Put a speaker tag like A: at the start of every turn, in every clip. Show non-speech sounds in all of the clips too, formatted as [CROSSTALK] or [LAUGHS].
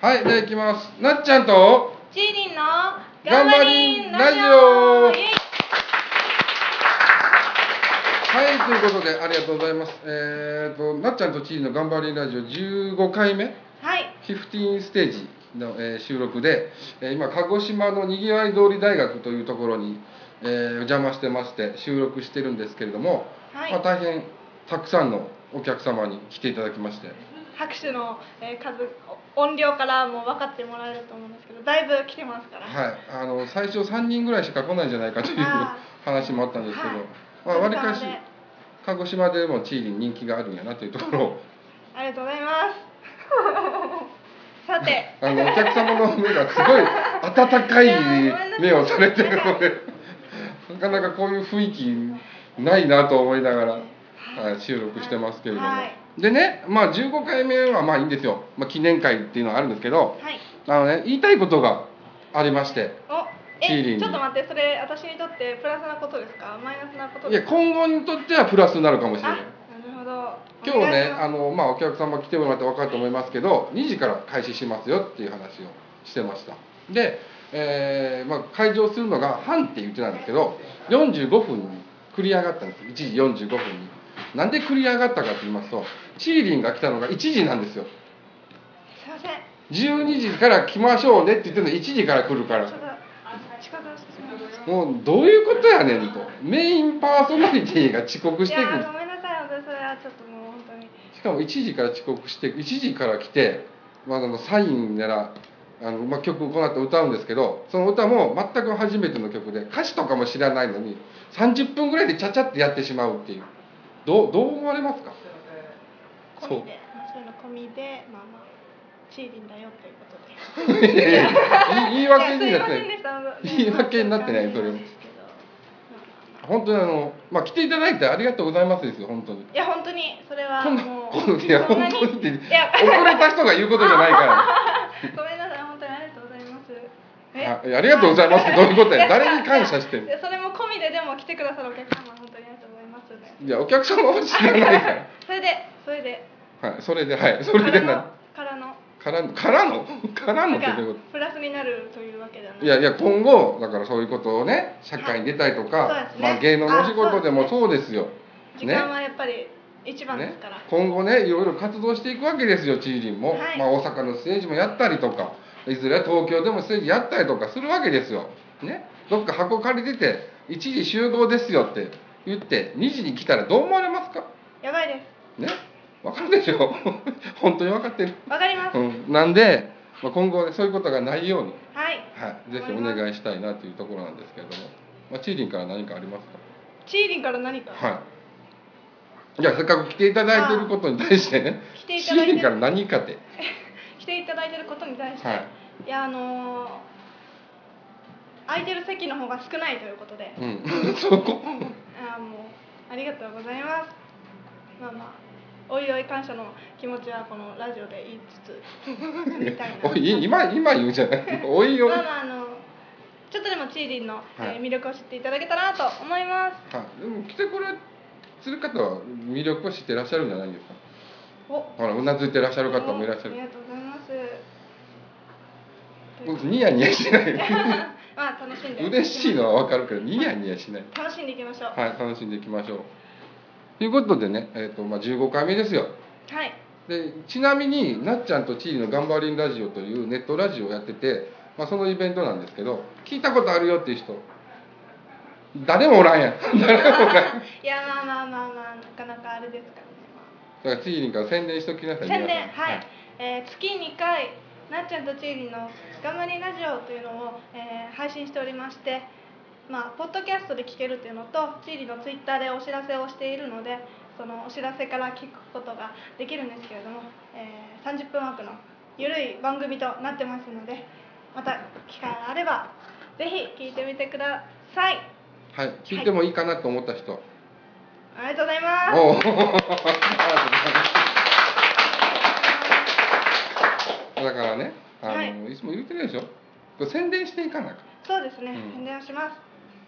A: はい、じゃあ行きます。なっちゃんと、
B: チーリンの
A: 頑
B: 頑
A: 張
B: 張
A: り
B: り
A: ん
B: ん
A: ラ
B: ラ
A: ジ
B: ジ
A: オ
B: オ
A: はい、ということで、ありがとうございます。えーと、なっちゃんとチーの頑張りラジオ15回目、
B: はい
A: 15ステージの、えー収録で、えー今、鹿児島のにぎわい通り大学というところに、えーお邪魔してまして、収録してるんですけれども、
B: はい
A: まあ、大変たくさんのお客様に来ていただきまして、
B: 拍手のえー数音量からも分かってもらえると思うんですけどだいぶ来てますから
A: はい、あの最初3人ぐらいしか来ないんじゃないかという
B: あ
A: 話もあったんですけど、
B: はい
A: まあ
B: おか
A: わ
B: げ
A: り
B: さ
A: か
B: ま
A: し
B: で
A: 鹿児島でも地位に人気があるんやなというところ
B: [LAUGHS]
A: を
B: ありがとうございま
A: [LAUGHS]
B: すさて
A: あのお客様の目がすごい温かい目をされてるのでなかなかこういう雰囲気ないなと思いながら、はい、収録してますけれども、
B: はい
A: でね、まあ、15回目はまあいいんですよ、まあ、記念会っていうのがあるんですけど
B: はい
A: あの、ね、言いたいことがありまして。
B: お
A: チーリン
B: え
A: に
B: ちょっと待ってそれ私にとってプラスなことですかマイナスなこと
A: い
B: で
A: や
B: すか
A: 今後にとってはプラスになるかもしれ
B: あ
A: な
B: ないるほど
A: 今日
B: お願い
A: ね
B: します
A: あの、まあ、お客様来てもらって分かると思いますけど2時から開始しますよっていう話をしてましたで、えーまあ、会場するのが半って言ってたんですけど45分に繰り上がったんです1時45分になんで繰り上がったかと言いますとチーリンが来たのが1時なんですよ
B: すいません
A: 12時から来ましょうねって言ってるのに1時から来るから
B: ちょっと遅刻してしまいました
A: もうどういうことやねんとメインパーソナリティが遅刻
B: い
A: してくる
B: やーごめんなさい本当にそれはちょっともう本当に
A: しかも1時から遅刻して1時から来て、まあ、あのサインならあの、まあ、曲をこの後歌うんですけどその歌も全く初めての曲で歌詞とかも知らないのに30分ぐらいでちゃちゃってやってしまうっていうどうどう思われますか
B: 込みでまあそういうの込みでまあまあチーリンだよということ
A: [LAUGHS]
B: で
A: いやいや言い言い訳に
B: いや
A: なっ
B: すいません
A: て
B: でしたね
A: 言い訳になってないそれも
B: まあういう感じなん
A: 本
B: ですけどまあまあま
A: 当にあの、まあ、来ていただいてありがとうございますですよ本当に
B: あいや本当にそれは
A: こんな
B: もう
A: こんないや
B: そん
A: 本
B: なに
A: 当にって
B: いや
A: 遅れた人が言うことじゃないか
B: ごめんなさい本当にありがとうございますえ
A: らあいやありがとうございますってどういうこと
B: いや
A: や誰に感謝してんの
B: いやそれも込みででも来てくださるお客様本当にありがとうございますね
A: いやお客様は知らないか
B: それでそれで
A: ら、はい、それではいそれでな
B: からの
A: からのからの [LAUGHS] から
B: から
A: の
B: の
A: って
B: な
A: どうんいう
B: か
A: こ
B: プラスになるというわけではない
A: といやいや今後だからそういうことをね社会に出たりとか、
B: はいそうですね
A: まあ、芸能のお仕事でも
B: あ
A: そうですよ、
B: 時間はやっぱり一番で
A: ね
B: すから、、
A: 今後ねいろいろ活動していくわけですよチーリンも、
B: はい
A: まあ、大阪のステージもやったりとかいずれは東京でもステージやったりとかするわけですよ、ね、どっか箱借りてて1時集合ですよって言って2時に来たらどう思われますか
B: やばいです
A: ねわかるでしょ [LAUGHS] 本当に分かってる、
B: わかります、
A: うん、なんで、まあ、今後ねそういうことがないように
B: はい
A: はい、ぜひお願いしたいなというところなんですけれども、まあ、チーリンから何かありますか。
B: チーリンから何か、
A: はい。いや、せっかく来ていただいていることに対してね。
B: 来てい
A: チ
B: ただ
A: ー
B: いて
A: リ
B: る
A: ンから何かで。
B: 来ていただいてることに対して、
A: はい
B: い、やあのー空いてる席の方が少ないということで、 [LAUGHS]
A: うん、そこ。
B: ああもうありがとうございますまあまあおいおい感謝の気持ちはこのラジオで言いつつ
A: [LAUGHS]
B: みたいな
A: おい、今、今言うんじゃない。
B: [LAUGHS]
A: おいよ。
B: まあ
A: は
B: まああのちょっとでもチーリンの、
A: はい
B: えー魅力を知っていただけたらと思います
A: い、でも、来てくれ。する方は魅力を知っていらっしゃるんじゃないですか。
B: お
A: ほら、うなずいていらっしゃる方もいらっしゃる
B: あ。りがとうございます
A: ニヤニヤしない。
B: [LAUGHS] まあ楽しんで
A: 嬉しいのはわかるけど、ニヤニヤしない。
B: 楽しんでいきましょう
A: はい、楽しんでいきましょう。ということでね、えっ、と、まあ、15回目ですよ。
B: はい
A: でちなみになっちゃんとチーリの「頑張りんラジオ」というネットラジオをやってて、まあ、そのイベントなんですけど聞いたことあるよっていう人誰もおらんやん [LAUGHS] だ
B: いやまあまあまあまあなかなかあれですからね、まあ
A: からチーリンから宣伝しときなさい
B: 宣伝
A: 皆さん
B: はい、えー月2回なっちゃんとちーりんの「頑張りラジオ」というのを、えー配信しておりましてまあポッドキャストで聞けるというのとちーりんのツイッターでお知らせをしているのでそのお知らせから聞くことができるんですけれども、えー30分枠のゆるい番組となってますのでまた機会があればぜひ聞いてみてください
A: はい、聞いてもいいかなと思った人、
B: ありがとうございます
A: おおありがとうございますだからねあの、、
B: はい
A: つも言ってるでしょこれ宣伝していかなあかん
B: そうですね、
A: うん
B: 宣伝をします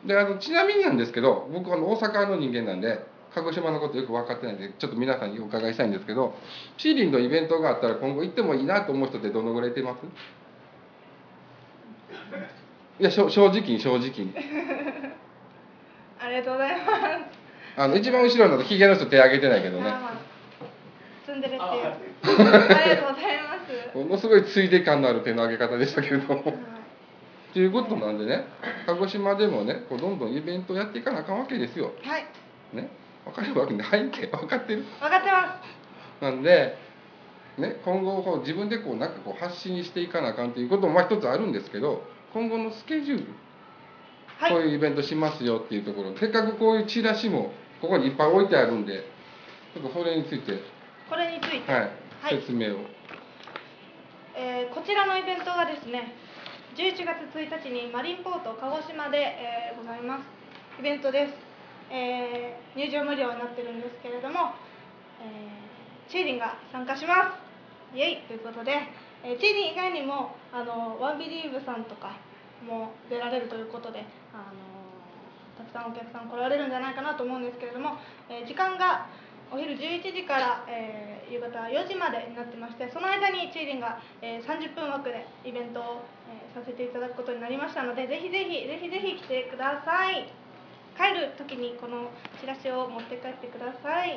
A: であのちなみになんですけど僕あの大阪の人間なんで鹿児島のことよく分かってないんでちょっと皆さんにお伺いしたいんですけどシーリンのイベントがあったら今後行ってもいいなと思う人ってどのぐらいいてますいやしょ正直に正直に
B: ありがとうございます。
A: あの一番後ろのひげの人手挙げてないけどね
B: あまあツンデレっていう。 [LAUGHS] ありがとうございます。
A: ものすごいついで感のある手の挙げ方でしたけれども。
B: はい
A: ということなんでね鹿児島でもねこうどんどんイベントやっていかなあかんわけですよ。
B: はい、
A: ね分かるわけで背景分かってる。
B: 分かってます。
A: なんで、ね、今後こう自分でこうなんかこう発信していかなあかんということもまあ一つあるんですけど今後のスケジュール、
B: はい
A: こういうイベントしますよっていうところせっかくこういうチラシもここにいっぱい置いてあるんでちょっとそれについて、
B: これについて、
A: はい
B: はい
A: 説明を。
B: えーこちらのイベントがですね、11月1日にマリンポート鹿児島で、えーございます。イベントです、えー入場無料になってるんですけれども、えーチーリンが参加します。イエイということで、えーチーリン以外にもあのワンビリーブさんとかも出られるということで、あのたくさんお客さん来られるんじゃないかなと思うんですけれども、えー時間がお昼11時から、えー夕方4時までになってましてその間にチーリンが、えー30分枠でイベントを、えーさせていただくことになりましたのでぜひぜひぜひぜひ来てください帰る時にこのチラシを持って帰ってくださいよ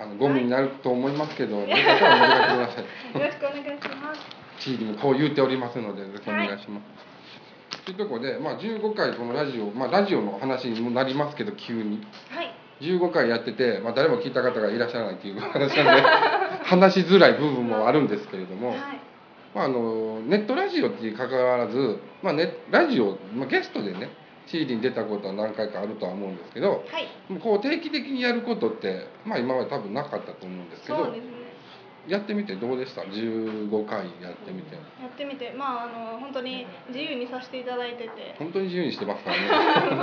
A: あのゴミになると思いますけど、皆さんお願いしてください。 [LAUGHS]
B: ろしくお願いします
A: チームこう言っておりますので、ぜひお願いします。というところで、まあ、15回このラジオ、まあ、ラジオの話にもなりますけど急に
B: はい
A: 15回やってて、まあ、誰も聞いた方がいらっしゃらないという [LAUGHS] 話
B: [LAUGHS]
A: なんで話しづらい部分もあるんですけれども、
B: はい
A: まあ、あのネットラジオっていうかかわらず、まあ、ネラジオ、まあ、ゲストでねチーリに出たことは何回かあるとは思うんですけど
B: はい
A: こう定期的にやることって、まあ、今まで多分なかったと思うんですけ
B: そう
A: ど
B: ですね
A: やってみてどうでした15回やってみて。
B: やってみてまああの本当に自由にさせていただいてて
A: 本当に自由にしてますから
B: [LAUGHS]
A: ね。
B: あの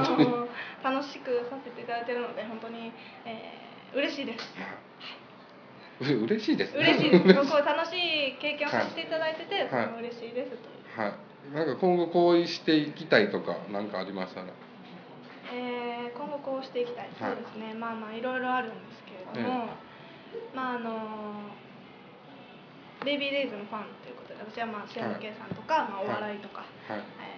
B: 楽しくさせていただいてるので本当に、えー嬉しいです
A: う嬉しいですね。
B: 嬉しいです。
A: [LAUGHS]
B: すごい楽しい経験をさせていただいてて、
A: い
B: とても嬉しいですという。
A: はい。なんか今後こうしていきたいとかなんかありましたら、
B: えー今後こうしていきたい。
A: はい
B: そうですね。まあまあいろいろあるんですけれども、まああのベイビーデイズのファンということで、私はまあ白池さんとか、まあお笑いとか、
A: はい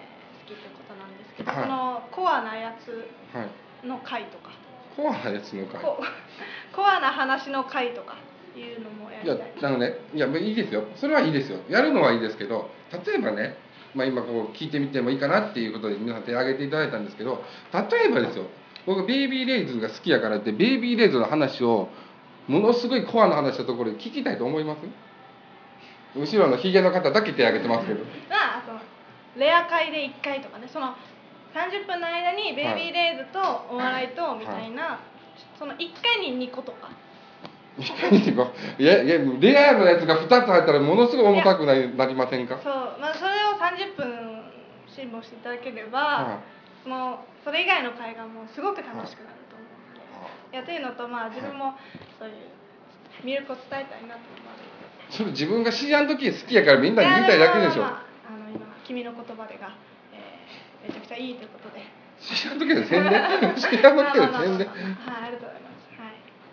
B: えー好きということなんですけど、
A: はい
B: そのコアなやつ
A: はい。
B: の回とか、
A: コアなやつの会。
B: こうコアな話の回とかいうのもや
A: い
B: りた
A: や
B: い。
A: あのねいやもういいですよ。それはいいですよ。やるのはいいですけど、例えばね。まあ今こう聞いてみてもいいかなっていうことで皆さん手挙げていただいたんですけど例えばですよ僕ベイビーレイズが好きやからってベイビーレイズの話をものすごいコアな話したところで聞きたいと思います後ろのヒゲの方だけ手挙げてますけど
B: まあそのレア会で1回とかねその30分の間にベイビーレイズとお笑いとみたいな、その1回に2個とか
A: いやいやレアのやつが2つ入ったらものすごい重たくなりなりませんか
B: そう、まあ、それを30分辛抱していただければ、
A: は
B: もうそれ以外の会がもうすごく楽しくなると思
A: い
B: う、い、やというのとまあ自分もそういう魅力を伝えたいなと思われて
A: それ自分が知らん時好きやからみんなに言いたいだけでしょ
B: やあのまあまああの今「君の言葉でが」えーめちゃくちゃいいということで。
A: 知らん時で宣伝 [LAUGHS] 知らん時で宣伝
B: はい、ありがとうございます。はい、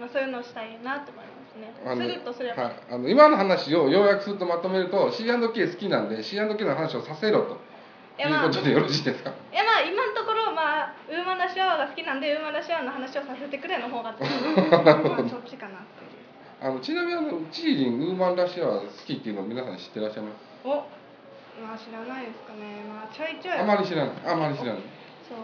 B: まあ、そういうのをしたいなと思いますね。
A: あの
B: するとそれは、
A: はい、あの今の話を要約するとまとめると C&K 好きなんで C&K の話をさせろとい
B: いや
A: う
B: まあ
A: ことでよろしいですか
B: いや、まあ、今のところ、まあ、ウーマンラッシュアワーが好きなんで、ウーマンラッシュアワーの話をさせてくれの方が。まあ、そっちかなっていう。
A: あのちなみにあのチーリンウーマンラッシュアワー好きっていうのを皆さん知ってらっしゃいます
B: お、まあ、知らないですかね。まあ、ちょいちょい。
A: あまり知らないあまり知らない
B: そう。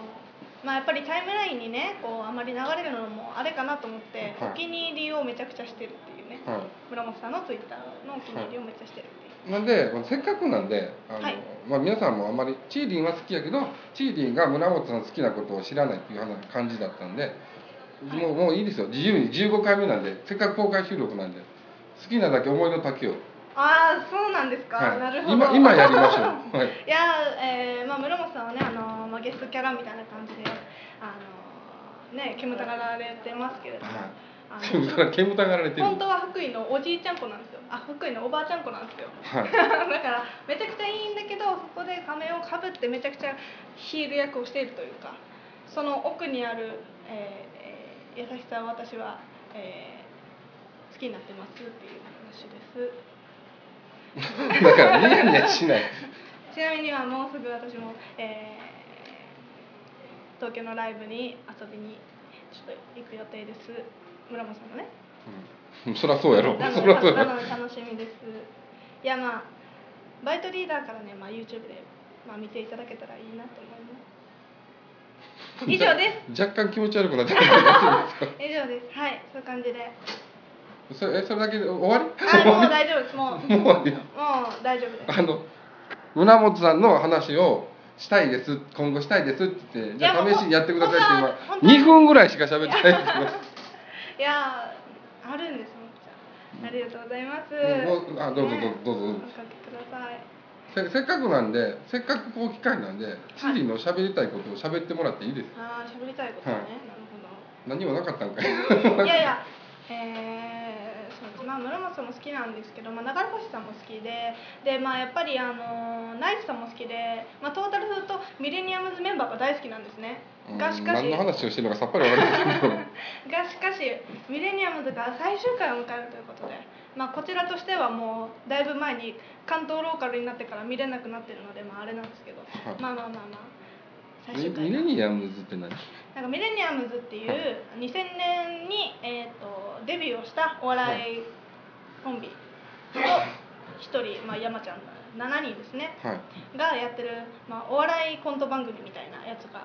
B: まあ、やっぱりタイムラインにね、こう、あまり流れるのもあれかなと思って、
A: はい
B: お気に入りをめちゃくちゃしてるっていうね。
A: はい
B: 村本さんのツイッターのお気に入りをめっちゃしてるっていう。
A: なんで、まあ、せっかくなんであの、
B: はい
A: まあ、皆さんもあんまりチーリンは好きやけどチーリンが村本さんの好きなことを知らないっていうような感じだったんで、もうもういいですよ自由に15回目なんでせっかく公開収録なんで好きなだけ思いの丈を、
B: ああ、そうなんですか。
A: はい
B: なるほど。
A: 今今やりましょう、はい、
B: [LAUGHS] いやー、えーまあ、室本さんはね、あのーまあ、ゲストキャラみたいな感じで、あのーね、煙たがられてますけれども、あ
A: 煙たが [LAUGHS] 煙たがられて
B: の
A: る
B: 本当は福井のおじいちゃん子なんですよあ福井のおばあちゃん子なんですよ
A: はい
B: [LAUGHS] だからめちゃくちゃいいんだけどそこで仮面をかぶってめちゃくちゃヒール役をしているというかその奥にある、えーえ優しさを私は、えー好きになってますっていう話です
A: だからニヤニヤし
B: [LAUGHS]
A: ない
B: ちなみにはもうすぐ私も、えー東京のライブに遊びにちょっと行く予定です村本さんのね
A: うんそりゃそうやろ
B: なの
A: そ
B: で
A: りゃそうや
B: な
A: ろ
B: ので楽しみですいやまあバイトリーダーからね、まあ、YouTube で、まあ、見ていただけたらいいなと思います以上です
A: 若干気持ち悪くなってきた [LAUGHS]
B: 以上ですはいそういう感じで
A: それえそれだけで終わ [LAUGHS]
B: あもう大丈夫ですもうも
A: りもう終わり
B: う大丈夫です
A: あの村本さんの話をしたいです今後したいですって言ってじゃ
B: いや
A: あ
B: もう
A: 試しにやってください
B: 本当は
A: っ
B: 本
A: て
B: 当
A: 今
B: は
A: 2分ぐらいしか喋ってないです
B: いやーあるんですもんちゃんありがとうございます、
A: うんもうあどうぞ
B: ね
A: どうぞどうぞ
B: おかけください
A: せせっかくなんでせっかくこう機会なんでチリの喋りたいことを喋ってもらっていいです
B: ああ喋りたいことね、
A: はい
B: なるほ
A: 何もなかったんかい
B: どいやいや [LAUGHS] えー、そうですまあ村松さんも好きなんですけど、まあ、流越さんも好きででまあやっぱりあのーナイツさんも好きで、まあ、トータルするとミレニアムズメンバーが大好きなんですね
A: うん
B: がしかし
A: 何の話をしてるのかさっぱりわからないですけど
B: がしかしミレニアムズが最終回を迎えるということで、まあ、こちらとしてはもうだいぶ前に関東ローカルになってから見れなくなってるので、まあ、あれなんですけど、
A: い
B: まあまあまあまあ最終
A: ミ
B: 回
A: レ
B: が
A: ニアムズって何
B: なんかミレニアムズっていう2000年に、えー、とデビューをしたお笑いコンビと1人、まあ、山ちゃん7人ですね
A: はい、はい
B: がやってる、まあ、お笑いコント番組みたいなやつが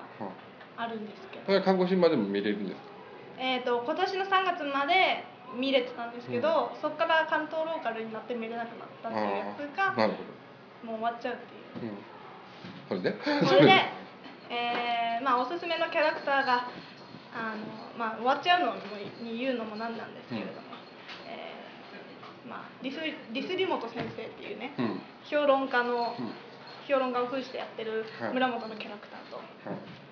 B: あるんですけど
A: これは鹿児島でも見れるんですか
B: えー、と今年の3月まで見れてたんですけど、そこから関東ローカルになって見れなくなったっていうやつ
A: あー
B: が
A: なるほ
B: もう終わっちゃうって
A: ど、うん、それで
B: いう [LAUGHS] それで、えーまあ、おすすめのキャラクターがあの、まあ、終わっちゃうのに言うのもなんなんですけれども、えーまあ、リスリスリモト先生っていうね、
A: うんはい
B: 評論家の、
A: うん
B: 評論家を封じてやってる
A: はい
B: 村本のキャラクターと。えー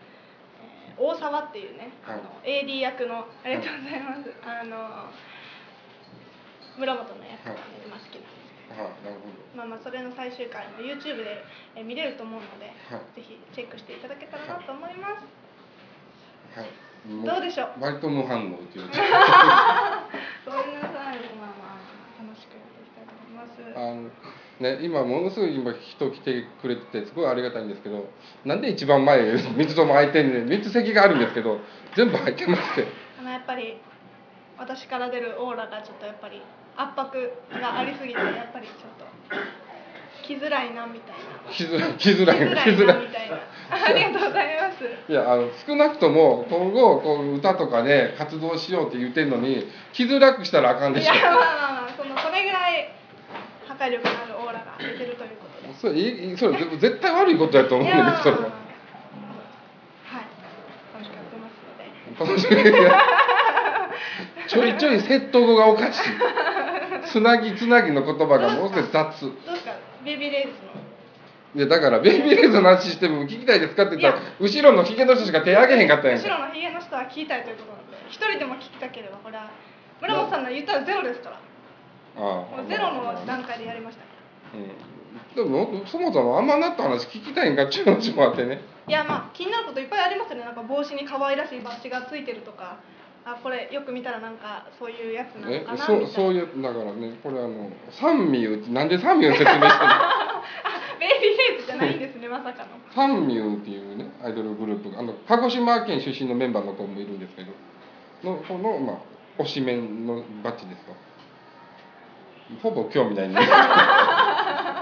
B: 大沢っていうね、あの AD 役のありがとうございます、あの村本の役がね、まあ好きなんですけど。
A: はいなる
B: まあまあそれの最終回も YouTube でえー見れると思うので、
A: はい
B: ぜひチェックしていただけたらなと思います。
A: ほど
B: ど
A: は
B: う
A: い
B: でしょう
A: も割と無反応っていう
B: ごめんなさい。まあまあ楽しくやっていきたいと思います。
A: あのね、今ものすごい今人来てくれててすごいありがたいんですけどなんで一番前3つとも空いてんねん3つ席があるんですけど全部空いてなくて
B: あのやっぱり私から出るオーラがちょっとやっぱり圧迫がありすぎて
A: [LAUGHS]
B: やっぱりちょっと来づらいなみたいな。
A: 来づら
B: [LAUGHS]
A: い来づらい
B: 来づらいなみたい
A: [LAUGHS]
B: な。ありがとうございます。
A: いやあの少なくとも今後こう歌とかで活動しようって言ってんのに来づらくしたらあかんで
B: い
A: しょ
B: やまあまあまあそのそれぐらい破壊力のあるオーラが出てるということで。
A: それいいそれ絶絶対悪いことやと思う
B: い
A: ん
B: やまあま
A: で
B: あまあ
A: すそれ
B: はい楽しくや
A: 楽しみ
B: ってますので。
A: いや [LAUGHS] ちょいちょい説得語がおかしいつなぎつなぎの言葉がものすごい雑
B: どうですかベビーレイズ
A: い
B: の。
A: やだからベイビーレイズの話しても聞きたいですかって言ったら後ろのヒゲの人しか手挙げへんかったやん
B: 後
A: か
B: ろのヒゲの人は聞きたいということなんで一人でも聞きたければこれは村本さんの言ったらゼロですか
A: あ
B: ら。
A: あ
B: もうゼロの段階でやりましたから。
A: うん、でもそもそもあんまなった話聞きたいんかっちゅう話もあってね
B: いやまあ気になることいっぱいありますよねなんか帽子に可愛らしいバッジがついてるとかあこれよく見たらなんかそういうやつなの
A: え
B: かなみたい
A: そう
B: な
A: そういうだからねこれあの三味うなんで三味を説明してるの
B: [LAUGHS] ベイビーレイズじゃないんですねまさかの
A: 三味うっていうねアイドルグループがあの鹿児島県出身のメンバーの子もいるんですけどのこのまあ推しメンのバッジですかほぼ興味 [LAUGHS] ないねだか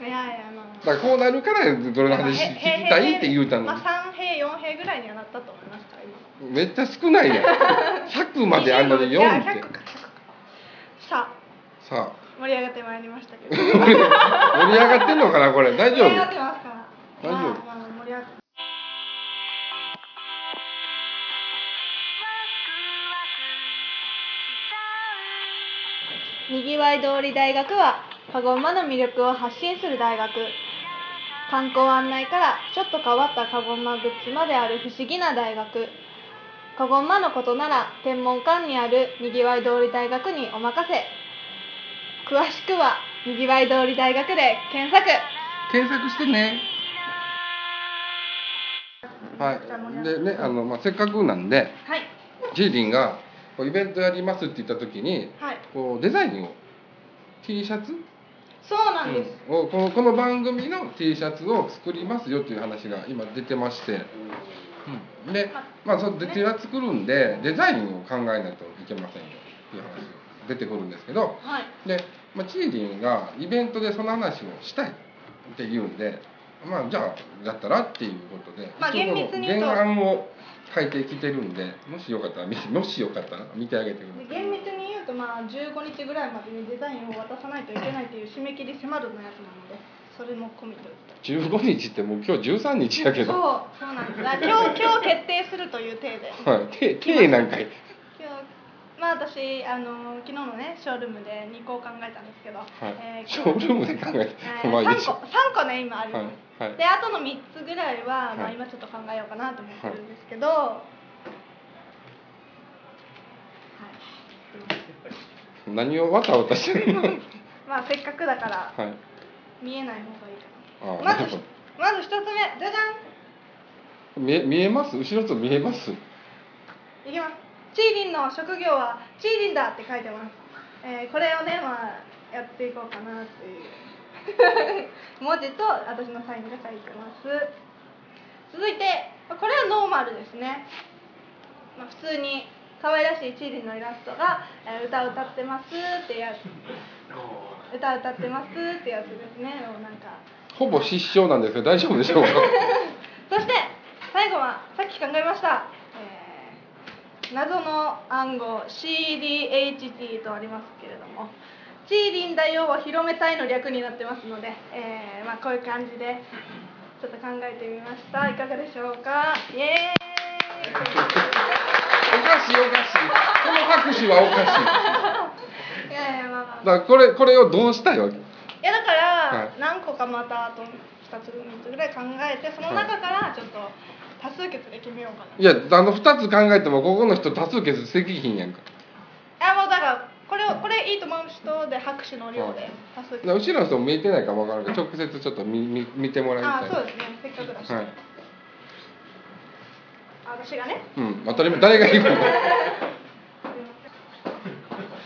B: いやいやまあまあ
A: らこうなるからどれの話聞きたいって言うたの
B: まあ
A: に
B: 3兵4兵ぐらいにはなったと思いますから今の
A: めっちゃ少ないやん100まであんのに
B: いや
A: 4っ
B: 100
A: て
B: 個か100個かさ
A: さ
B: あ盛り上がってまいりましたけど
A: あ盛り上がってんのかなこれ大
B: 盛
A: 丈夫
B: り上がってますから
A: 大丈夫
B: まあまあ盛り上がってにぎわい通り大学はカゴマの魅力を発信する大学観光案内からちょっと変わったカゴマグッズまである不思議な大学カゴマのことなら天文館にあるにぎわい通り大学にお任せ詳しくはにぎわい通り大学で検索
A: 検索してねは
B: じゃあ盛
A: い
B: り上
A: でねあの、まあ、せっかくなんで
B: はい
A: ジーリンがこうイベントやりますって言った時に
B: はい
A: こうデザインを T シャツ
B: そうなんです、
A: をこのこの番組の T シャツを作りますよっていう話が今出てまして、うん、でまあそのデザ作るんでデザインを考えないといけませんよっていう話が出てくるんですけど
B: はい
A: で、まあ、チーリンがイベントでその話をしたいって言うんでまあじゃあだったらっていうことで、
B: まあ
A: 一応この
B: 厳密に言うと
A: 原案を書いてきてるんでもしよかったら見てもしよかったら見てあげてく
B: で
A: ださい
B: 厳。密に言うとまあ15日ぐらいまでにデザインを渡さないといけないという締め切り迫るのやつなのでそれも込みという
A: 15日ってもう今日13日やけど、は
B: そうそうなんですあ今日今日決定するという体で
A: い、て、てなんかい。
B: 今日まあ私あの昨日のねショールームで2個考えたんですけど、
A: はい、
B: ー
A: ショールームで考えて、
B: えー
A: まあいいでし
B: 3
A: ょ
B: 個三個ね今あるの、
A: はいはい
B: であとの3つぐらいは、ま
A: は
B: あ、
A: い
B: 今ちょっと考えようかなと思ってるんですけど、はい
A: 何をわたわたして
B: [LAUGHS]
A: るのはい
B: まあ、せっかくだから
A: あ
B: 見えない方がいいか
A: あな
B: なま
A: る
B: ず
A: ほ
B: ひまず一つ目じゃじ
A: ど見え見えます後ろと見えます
B: ゃんいきますチーリンの職業はチーリンだって書いてます、えーこれをねまあやっていこうかなっていう文字と私のサインが書いてます続いてまあこれはノーマルですね、まあ、普通に可愛らしいチーリンのイラストが、えー歌を歌ってますってやつ歌を歌ってますってやつですねもうなんか
A: ほぼ失笑なんですけど大丈夫でしょうか
B: そして最後はさっき考えました、えー謎の暗号 CDHT とありますけれども「チーリンだよ」を広めたいの略になってますので、えーまあ、こういう感じでちょっと考えてみましたいかがでしょうかイエ
A: おかしいおかしいこの拍手はおかしいだ
B: ーイいやいやまあま
A: から
B: あ
A: これこれをどうしたいわけ
B: いやだか
A: はい
B: ら何個かまたあと2つ3つぐらい考えてその中からちょっと多数決で決めようかない
A: やあの2つ考えてもここの人多数決できひんやんか
B: あもうだからこれをこれいいと思う人で拍手の量で多数
A: だ
B: 決
A: から後ろの人も見えてないから分からんけど直接ちょっと見見見てもらい
B: あ
A: たい
B: そうですねせっかくだし、
A: はい
B: あ私がね
A: うん当たり前誰が行くの
B: すいません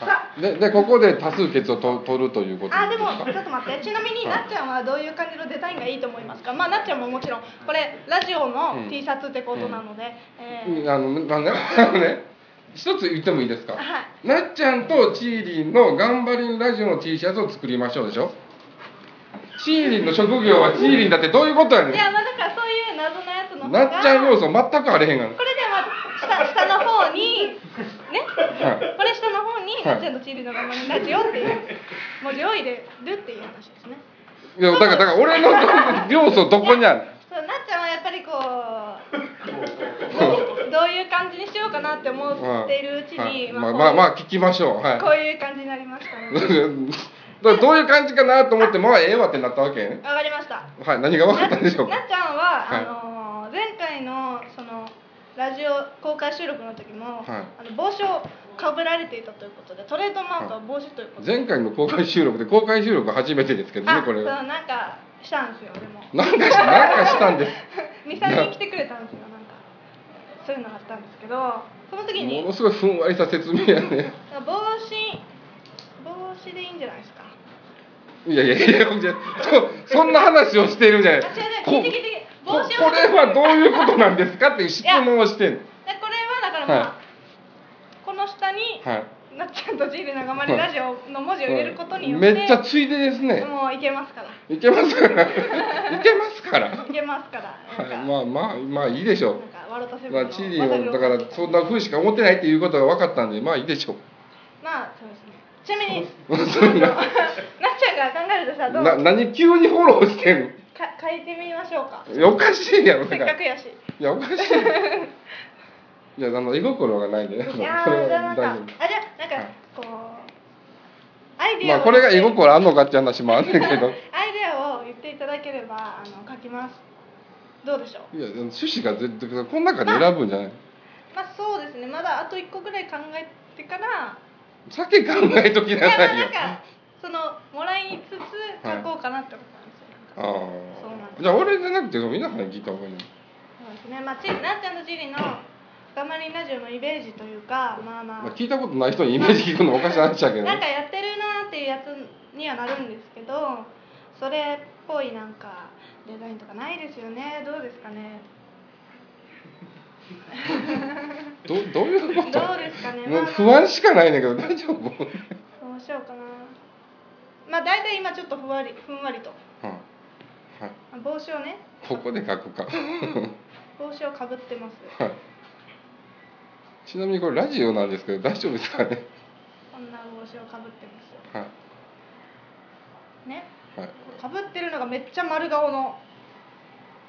B: さ
A: ででここで多数決をと取るということ
B: ああで
A: か
B: もちょっと待ってちなみに
A: はい
B: なっちゃんはどういう感じのデザインがいいと思いますかまあなっちゃんももちろんこれラジオ
A: う
B: の
A: ん
B: T シャツってことなので、えー
A: あのなんね [LAUGHS] あのね一つ言ってもいいですか、
B: はい
A: なっちゃんとチーリンの「頑張りんラジオ」の T シャツを作りましょうでしょチーリンの職業はチーリンだってどういうことやね
B: いやまあだからそういう謎のやつの
A: ん
B: 方
A: な
B: が
A: っちゃん要素全くあれへんがな
B: これでまあ下下の方にね、これ下の方に、
A: い
B: なっちゃんとチーリの頑張りラジオっていう文字を入れるっていう話ですね。
A: いやだからだから俺の [LAUGHS] ど要素どこにある
B: そうなっちゃんはやっぱ
A: [LAUGHS]
B: りこうどうどういう感じにしようかなって思っているうち
A: はい
B: に、
A: まあまあまあ聞きましょうはい
B: こういうこういう感じになりましたの
A: だ
B: で、
A: から [LAUGHS] どういう感じかなと思ってまあええわってなったわけやね
B: わかりました。
A: はい何が分かったんでしょう
B: な
A: か
B: なっちゃんは、
A: はい
B: あのー前回のそのラジオ公開収録の時も、
A: はい
B: あの帽子をかぶられていたということでトレードマークは帽子ということで、
A: 前回の公開収録で公開収録初めてですけどね
B: あ
A: これ
B: そう
A: なん
B: なんかしたんですよでも [LAUGHS]
A: かしなんかしたんです
B: 23人来てくれたんですよなんかそういうのがあったんですけどその時に
A: ものすごいふんわりした説明やね
B: 帽子帽子でいいんじゃないですか
A: いやいやいやいやそそんな話をしてるじゃない
B: あ違う違う聞いて聞いて
A: こ
B: 帽子を
A: ここれはどういうことなんですかっていう質問をしてんの
B: でこれはだからまあ、
A: はい
B: この下に、
A: はい
B: なっちゃんとジールのがまりラジオの文字を入れることによって、
A: めっちゃついでですね
B: もういけますから
A: いけ
B: [LAUGHS]
A: ますからいけますからはい
B: けますからなんか、
A: いまあまあまあいいでしょ
B: なんか笑たせ
A: う
B: る
A: ま
B: の
A: あチリを
B: 技が
A: だからそんな風しか思ってないっていうことが分かったんでまあいいでしょう
B: まあそうですねちなみに [LAUGHS] なっちゃんが考えるとしたらどう
A: な何急にフォローしてん
B: か書いてみましょうか
A: [LAUGHS] のおかしいやろ
B: せ
A: だ
B: っ
A: からい
B: かくやし
A: やおかしいいやあの絵心がないんでね [LAUGHS] そ
B: い
A: れ
B: や
A: は
B: ーじゃあなん
A: 大
B: か
A: 丈夫
B: あじゃあなん
A: はい
B: かこうアイディ
A: まあ
B: アを
A: これが絵心あんのかって話もあんねんけど
B: アイデアを言っていただければあの書きますどうでしょう
A: いや趣旨が絶対この中で選ぶんじゃない
B: まあそうですねまだあと一個ぐらい考えてから
A: 酒考えとき
B: い
A: な
B: やまあ
A: さい
B: な
A: よ
B: んかそのもらいつつ書こうかなって思ったんですよ、
A: あ
B: そうなんで
A: あ
B: す
A: じゃあ俺じゃなくて皆さんに聞いた方がいいの
B: そうですねまあちなっちゃんとジリの深まりラジオのイメージというかまあまあ
A: まあ、聞いたことない人にイメージ聞くのもおかしな話だけど
B: なん
A: ね
B: かやってるなっていうやつにはなるんですけどそれっぽいなんかデザインとかないですよねどうですかね
A: どどういう
B: ど
A: こ
B: う
A: と
B: ですかね
A: も
B: ま
A: う
B: あ
A: 不安しかないんだけど大丈夫、 [LAUGHS] うん、
B: どうしようかなまあ大体今ちょっとふわりふんわりと
A: はい
B: 帽子をね
A: ここで書くか
B: 帽子をかぶってます
A: はいちなみにこれラジオなんですけど大丈夫ですかね
B: こんな帽子をかぶってますよ
A: はい
B: ね
A: はい
B: かぶってるのがめっちゃ丸顔の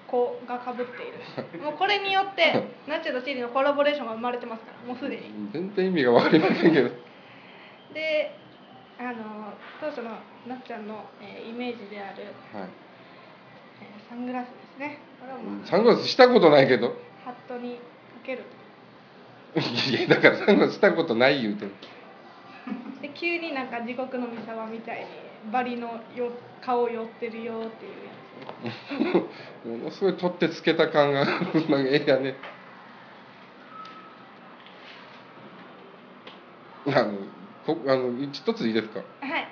B: 子がかぶっているもうこれによってナッチェとチリのコラボレーションが生まれてますからもうすでに
A: 全然意味がわかりませんけど
B: であの当初のなっちゃんの、えーイメージである、
A: はい
B: えーサングラスですねこれはもう
A: サングラスしたことないけど [LAUGHS]
B: ハットにかける
A: いやいやだからサングラスしたことない言うてる [LAUGHS]
B: で急になんか地獄の三沢みたいにバリのよ顔寄ってるよっていうやつ
A: ものすごい取ってつけた感がなんかええやねあのこあの一ついいですか
B: はい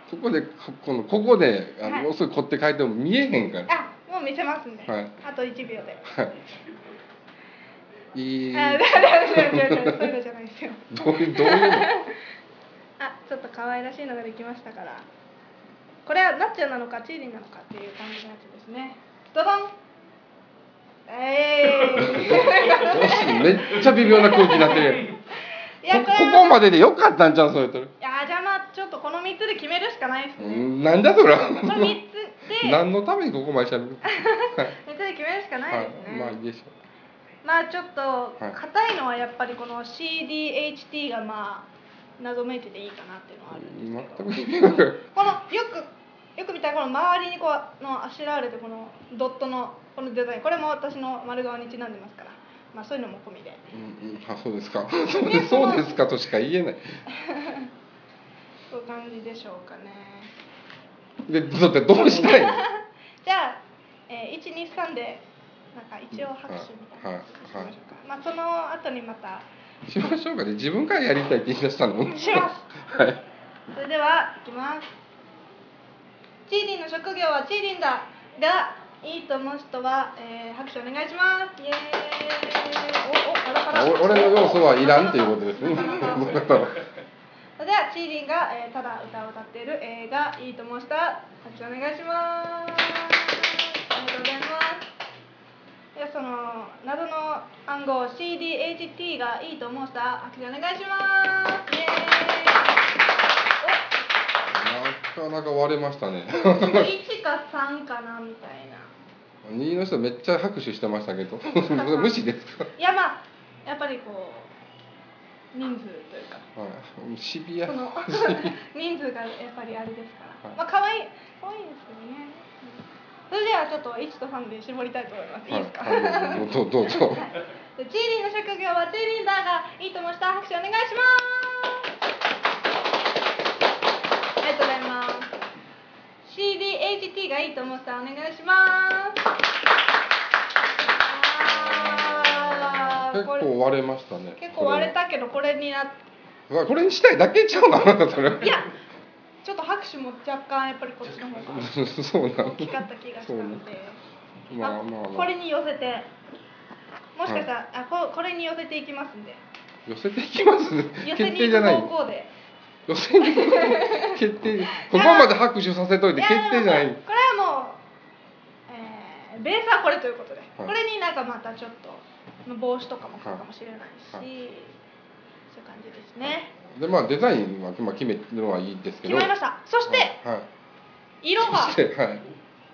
A: ここでここのここであの、
B: はい
A: ものすごい凝って書いても見えへんから
B: あもう見せますんで、
A: はい
B: あと1秒で、
A: いい
B: あだだだだだそういうのじゃないですよ
A: どういうどういうの
B: あちょっと可愛らしいのができましたからこれはナッチャなのかチーリンなのかっていう感じのやつですねドドンえー
A: [LAUGHS] どうすんのめっちゃ微妙な空気になってる
B: い
A: や
B: や
A: ん
B: こ
A: こ
B: れ
A: こ
B: は
A: こまででよかったんちゃうそれと、
B: いやじゃあまあちょっとこの3つで決めるしかないです
A: う
B: ね
A: んなんだそれ
B: この3つで3
A: 何のためにここまでしゃべる
B: つで決めるしかないですね、
A: まあいいでしょ
B: まあちょっと
A: はい
B: 硬いのはやっぱりこの CDHT がまあ謎めいてていいかなっていうのはあるんですけど
A: う全く意味わからん
B: このよくよく見たらこの周りにこうのあしらわれてこのドットのこのデザインこれも私の丸顔にちなんでますから、まあ、そういうのも込みで
A: うんうん、あそうですか [LAUGHS] そうですそうですかとしか言えない
B: そういう感じでしょうかね
A: でだってどうしたいのは
B: じゃあ、えー、123でなんか一応拍手みたいなのしましょうか、まあ、その後にまた
A: いしましょうかね自分からやりたいって言い出したの
B: しますそれではいきますチーリンの職業はチーリンだがいいと思う人は、えー、拍手お願いしますイエーイおおパラパラ
A: お俺の要素はいらんっていうこと
B: [LAUGHS]
A: ですねだから
B: それではチーリンが、えー、ただ歌を歌っている映画「いいともした」拍手お願いしますありがとうございますでその謎の暗号 CDHT がいいと思うした拍手お願いしますイエ
A: なかなか割れましたね [LAUGHS]
B: ーイお1か3かなみたいな
A: 2の人めっちゃ拍手してましたけど [LAUGHS] 無視ですか、
B: いやまあやっぱりこう人数というか
A: はい、シビア
B: そ [LAUGHS] の人数がやっぱりあれですから、まあ可愛い可愛いですよねうんそれではちょっと1と3で絞りたいと思います、い、いですか、
A: はいはいどうどうぞ
B: でチーリンの職業はチーリンダーがいいともした拍手お願いしますありがとうございます CDHT がいいと思したお願いしますあー
A: 結
B: これ
A: 構割れましたね
B: 結構割れたけどこれになっ
A: これはこれにしたいだけちゃうなあなたそれ
B: いやちょっと拍手も若干やっぱりこっちの方が
A: [LAUGHS] そうな
B: 大
A: の
B: きかった気がしたので、
A: まあまあ
B: こ
A: まあ
B: れに寄せてもしかしたら、あここれに寄せていきますんで
A: 寄せていきます
B: 寄
A: 決
B: せに
A: 定
B: 行
A: じゃ
B: く
A: ない
B: 方向で
A: 予選で決定ここまで拍手させといて決定じゃない
B: やでもこれはもう、えーベースはこれということで、これになんかまたちょっとまあ帽子とかもそうかもしれないし、
A: はい
B: そういう感じですね、
A: でまあデザインはまあ決めるのはいいですけ
B: 決
A: ど
B: まりましたそして、
A: はい、はい、
B: 色が
A: そしてはい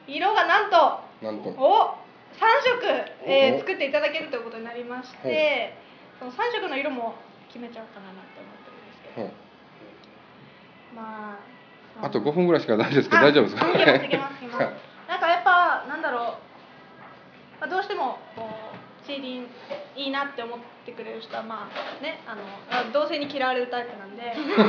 B: 色がなんと
A: なんと
B: を3色、えー
A: お
B: 作っていただけるということになりましてその3色の色も決めちゃおうかなって思ってるんですけど、
A: はい
B: まあ
A: あと5分ぐらいしかないですけど
B: あ
A: 大丈夫ですか
B: いけます
A: [LAUGHS]
B: いけますいけま
A: は
B: す
A: い
B: なんかやっぱなんだろう、まあ、どうしてもこうチーリンいいなって思ってくれる人はまあねあのあ同性に嫌われるタイプなんで
A: [LAUGHS]
B: ま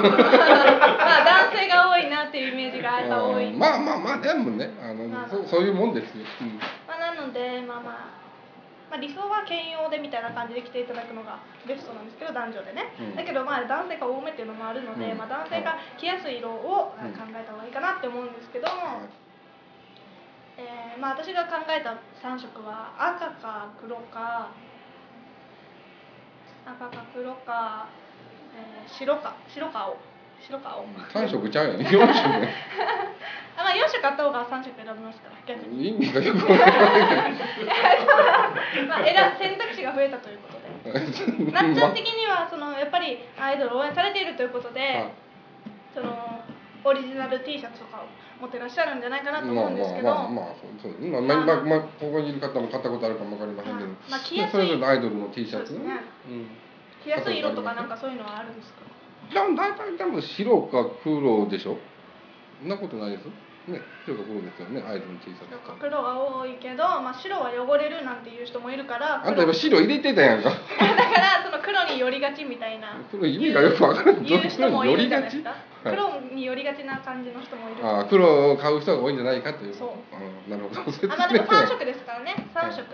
B: あ男性が多いなっていうイメージがやっぱ多い
A: うんまあまあまあでもねあの、
B: まあ
A: そそういうもんですよ、うん
B: まあ、なのでまあまあまあ、理想は兼用でみたいな感じで来ていただくのがベストなんですけど男女でね、
A: うん
B: だけどまあ男性が多めっていうのもあるので、
A: うん
B: まあ、男性が着やすい色を
A: うん
B: 考えた方がいいかなって思うんですけども、
A: はい
B: えーまあ、私が考えた3色は赤か黒か赤か黒か、えー白か白か青白か青、
A: 三色ちゃうよね四色
B: あ [LAUGHS] まあ4色買った方が3色選べますから逆に、
A: 意味がよくわか
B: まあ、選選択肢が増えたということで
A: [LAUGHS] んない
B: なっちゃん的にはそのやっぱりアイドルを応援されているということで、
A: はい
B: そのオリジナル T シャツとかを持ってらっしゃるんじゃないかなと思うんですけど、
A: まあまあまあまあそうそうまあまあまあまあここにいる方も買ったことあるかもわかりませんけど、
B: はいまあ着やすい
A: それぞれのアイドルの T シャツ
B: そうですね着やすい色とかなんかそういうのはあるんですか
A: うん、でも大体多分白か黒でしょそんなことないですね白か黒ですよねアイドルの T シャツ
B: なんか
A: って
B: 黒は多いけど、まあ、白は汚れるなんていう人もいるから
A: あんた
B: 黒
A: 今
B: だ [LAUGHS]
A: 白入れてたやんか
B: からその黒に寄りがちみたいな
A: 黒意味がよくわからん
B: 言う人もいる
A: り
B: んじ
A: が
B: ゃないです
A: ち
B: か
A: はい
B: 黒に寄りがちな感じの人もいる
A: ああ黒を買う人が多いんじゃないかという
B: そう
A: うんなるほど説
B: あまあでも
A: が
B: 3色ですからね3色、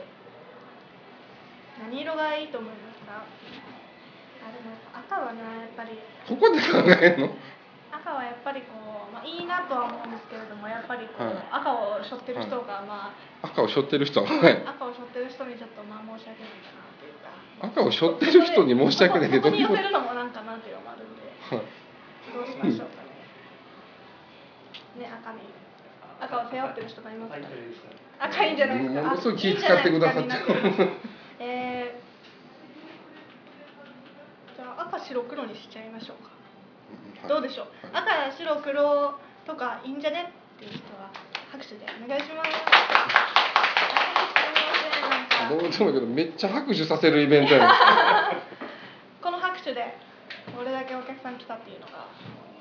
B: 何色がいいと思いますかあでも赤はなやっぱり
A: ここで考えるの
B: 赤はやっぱりこう、まあ、いいなとは思うんですけれどもやっぱりこう、
A: はい
B: 赤を背負ってる人が、ま
A: 赤を背負ってる人ははい
B: あ赤を背負ってる人にちょっとまあ申し訳ないかなというか
A: 赤を背負ってる人に申し訳ないけど
B: そこに
A: どうい
B: 寄せ
A: うこ
B: るのもなんかなっていうのもあるんでどうしましょうかねね赤に赤を背負ってる人がいますから赤いんじゃないですか
A: ものすごい
B: あ
A: 気使ってくださって
B: いいんじゃないですかみんなえーじゃあ赤白黒にしちゃいましょうか、
A: と
B: どうでしょう、
A: は
B: 赤白黒とかいいんじゃねっていう人は拍手でお願いします拍手すみませんなんか
A: どうでもいいけどめっちゃ拍手させるイベントやな、
B: この拍手でこれだけお客さん来たっていうのが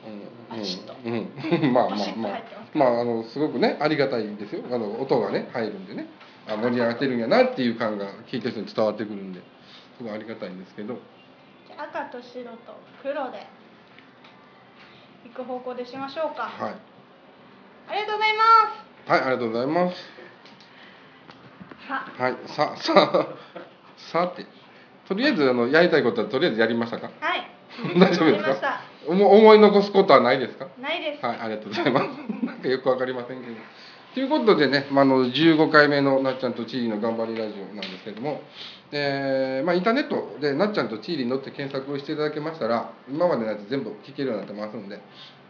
A: うん
B: バシッと
A: うんうん、まあまあ
B: バシッと
A: まあ
B: 入ってます
A: まああのすごくねありがたいですよあの音がね入るんでねあ盛り上がってるんやなっていう感が聞いてる人に伝わってくるんですごいありがたいんですけど
B: じゃあ赤と白と黒で行く方向でしましょうか、
A: はい
B: ありがとうございます
A: はいありがとうございます
B: さ
A: はいさささてとりあえずあのやりたいことはとりあえずやりました
B: [LAUGHS]
A: か
B: あはい
A: 大丈夫
B: や
A: で
B: り
A: す
B: ま
A: か
B: した
A: 思思い残すことはないですか
B: ないです、
A: はい、ありがとうございます。 [LAUGHS] なんかよくわかりませんけど。ということでね、まあ、あの15回目のなっちゃんとちーりの頑張りラジオなんですけども、えーまあ、インターネットでなっちゃんとちーりのって検索をしていただけましたら今までのやつ全部聞けるようになってますので、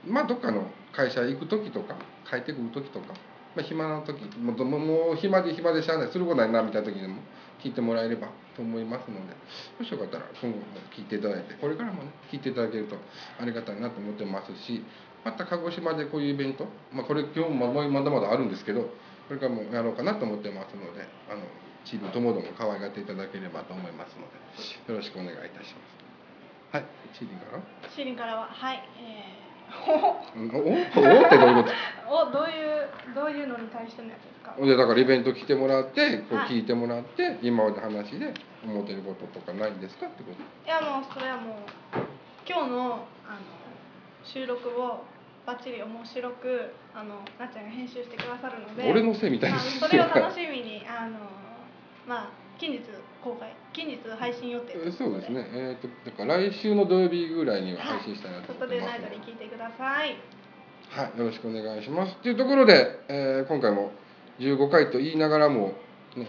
A: まあ、どっかの会社行く時とか帰ってくる時とか、まあ、暇な時もうどもうもう暇で暇でしゃあないすることないなみたいな時でも聞いてもらえればと思いますのでもしよかったら今後も聞いていただいてこれからもね聞いていただけるとありがたいなと思ってますしまた鹿児島でこういうイベント、まあ、これ今日もまだまだあるんですけどこれからもやろうかなと思ってますのであのチームともども可愛がっていただければと思いますのでよろしくお願いいたします。はい、チーリンから
B: シリンからははい、えー、
A: うんおおおってどういうこと
B: [LAUGHS] おおどういうどういうのに対してのやつですか
A: でだからイベント来てもらってこう
B: はい
A: 聞いてもらって、今まで話で思ってることとかないんですかってこ
B: いやもうそれはもう今日のあの収録をバッチリ面白くあのなっちゃんが編集してくださるの
A: と、
B: で
A: 俺のせいみたい
B: ま
A: に
B: あ [LAUGHS] それを楽しみにあのまあ近日公開近日配信予定ということで
A: [LAUGHS] そうですねえっ、とだから来週の土曜日ぐらいには
B: はい
A: 配信したいなと思
B: サタ
A: っ
B: デ
A: て
B: ー
A: ます
B: ナイト
A: ので、
B: に聞いてください
A: はい、よろしくお願いしますというところで、えー今回も15回と言いながらも、ね、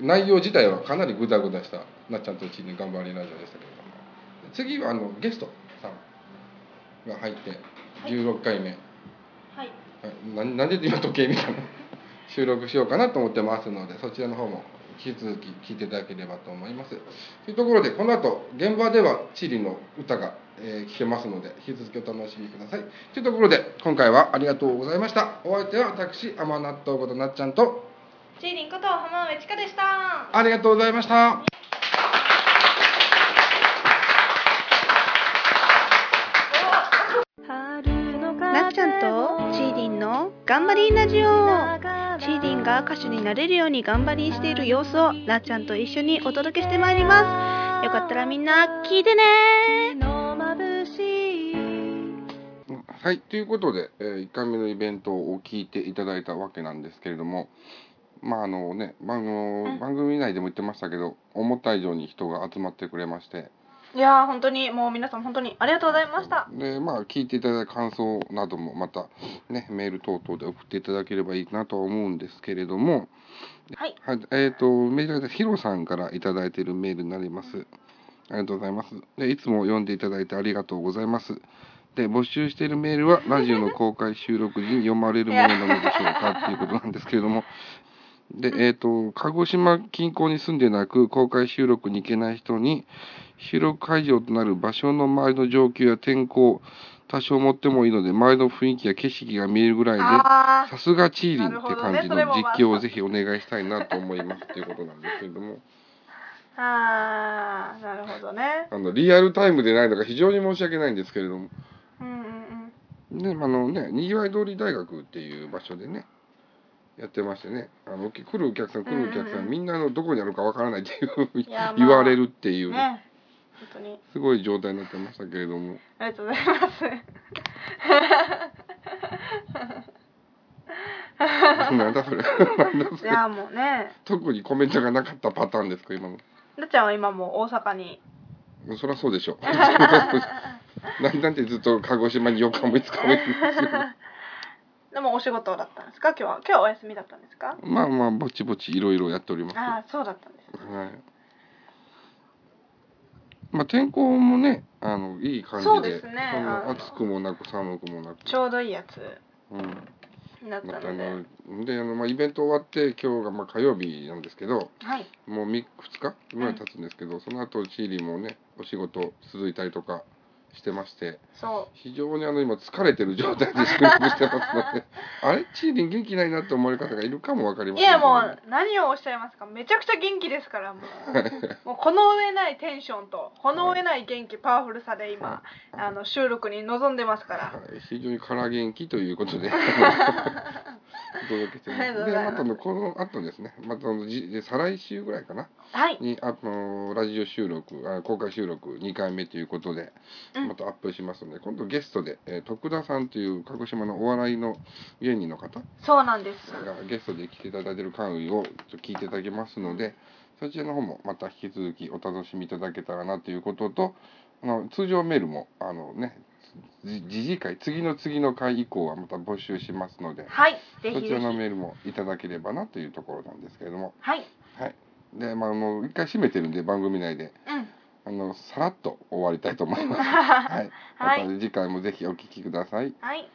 A: 内容自体はかなりグダグダしたなっちゃんとうちに頑張りラジオでしたけれども次はあのゲストさんが入って16回目、
B: はい
A: ななんで今時計みたいな [LAUGHS] 収録しようかなと思ってますのでそちらの方も引き続き聞いていただければと思いますというところでこの後現場ではチリの歌が、えー聴けますので引き続きお楽しみくださいというところで今回はありがとうございましたお相手は私甘納豆ことなっちゃんと
B: チーリンこと浜上千佳でした
A: ありがとうございました
C: なっちゃんとチーリンの頑張りんラジオチーリンが歌手になれるように頑張りんしている様子をなっちゃんと一緒にお届けしてまいりますよかったらみんな聞いてね
A: はいということで、え1回目のイベントを聞いていただいたわけなんですけれどもまああのね番
B: う
A: 組
B: ん
A: 番組内でも言ってましたけど思った以上に人が集まってくれまして
B: いやー本当にもう皆さん本当にありがとうございました
A: でまあ聞いていただいた感想などもまたねメール等々で送っていただければいいなとは思うんですけれども
B: はい
A: はいえっ、とメールアドレスヒロさんからいただいているメールになりますありがとうございますでいつも読んでいただいてありがとうございますで募集しているメールはラジオの公開収録時に読まれるものなのでしょうかっていうことなんですけれどもで、えっ、と、鹿児島近郊に住んでなく、公開収録に行けない人に、収録会場となる場所の周りの状況や天候、多少持ってもいいので、周りの雰囲気や景色が見えるぐらいで、
B: あ
A: さすがチーリン
B: なる
A: っ
B: ほ
A: て
B: ど
A: 感
B: ね
A: じ
B: そ
A: の
B: れも
A: 実
B: まあ
A: 況をぜひお願いしたいなと思いますということなんですけれども、
B: ーあーなるほどね
A: あの、リアルタイムでないのが非常に申し訳ないんですけれども、
B: うんうんうん
A: ね、あのね、にぎわい通り大学っていう場所でね、やってましてね、あの来るお客さん、来るお客さん、
B: うんうんうん
A: みんなあのどこにあるかわからないっていう
B: いやまあ
A: 言われるっていう、
B: ね本当に
A: すごい状態になってましたけれども、
B: ありがとうございます
A: なんだそれ、なんだそ
B: い
A: れ
B: やもうね
A: 特にコメントがなかったパターンですか、今の。
B: なっちゃんは今もう大阪に
A: そりゃそうでし
B: [LAUGHS]
A: ょ。なんなんてずっと鹿児島に4日も5日もいるんです
B: [LAUGHS]
A: よ。
B: でもお仕事だったんですか今日は今日はお休みだったんですか
A: まあまあ、ぼちぼちいろいろやっております。
B: ああそうだったんです
A: はい。まあ天候もね、あのいい感じで、
B: そうですね
A: そんな
B: あの
A: 暑くもなく寒くもなく、
B: ちょうどいいやつ
A: うん、
B: になった
A: ま
B: の
A: たあ
B: で、
A: のであのまあイベント終わって今日がまあ火曜日なんですけど、
B: はい
A: もうみ2日ぐらい経つんですけど、その後チーリーもねお仕事続いたりとかしてまして、
B: そ
A: 非常にあの今疲れてる状態で収録してますの
B: [LAUGHS]
A: で、あれチーリー元気ないなって思われる方がいるかもわかり
B: う
A: ま
B: い
A: せんけ
B: や
A: どね
B: もう何をおっしゃいますかめちゃくちゃ元気ですからも
A: [LAUGHS]
B: うもうこの上ないテンションとこの上ない元気パワフルさで今あの収録に臨んでますから
A: はい、非常に空元気ということ
B: [LAUGHS]
A: でお届けして
B: ありがとう
A: ます。
B: ご
A: で、
B: ざいます
A: またあのこの後ですね、またあのじで再来週ぐらいかな
B: はい
A: にあのラジオ収録あ公開収録2回目ということで、
B: うん
A: またアップしますので、今度ゲストで、えー徳田さんという鹿児島のお笑いの芸人の方
B: そうなんです
A: がゲストで来ていただいている回をちょっと聞いていただけますので、そちらの方もまた引き続きお楽しみいただけたらなということと、あの通常メールもあのね、じ次次回次の次の回以降はまた募集しますので、
B: はいぜ
A: そ
B: ひ
A: ち
B: ぜ
A: らの
B: ひ
A: メールもいただければなというところなんですけれども、
B: はい
A: はい。で、まああの一回閉めてるんで番組内で。
B: うん
A: あ
B: [LAUGHS]
A: のさらっと終わりたいと思います。はい。ま
B: はい
A: た次回もぜひお聞きください。
B: はい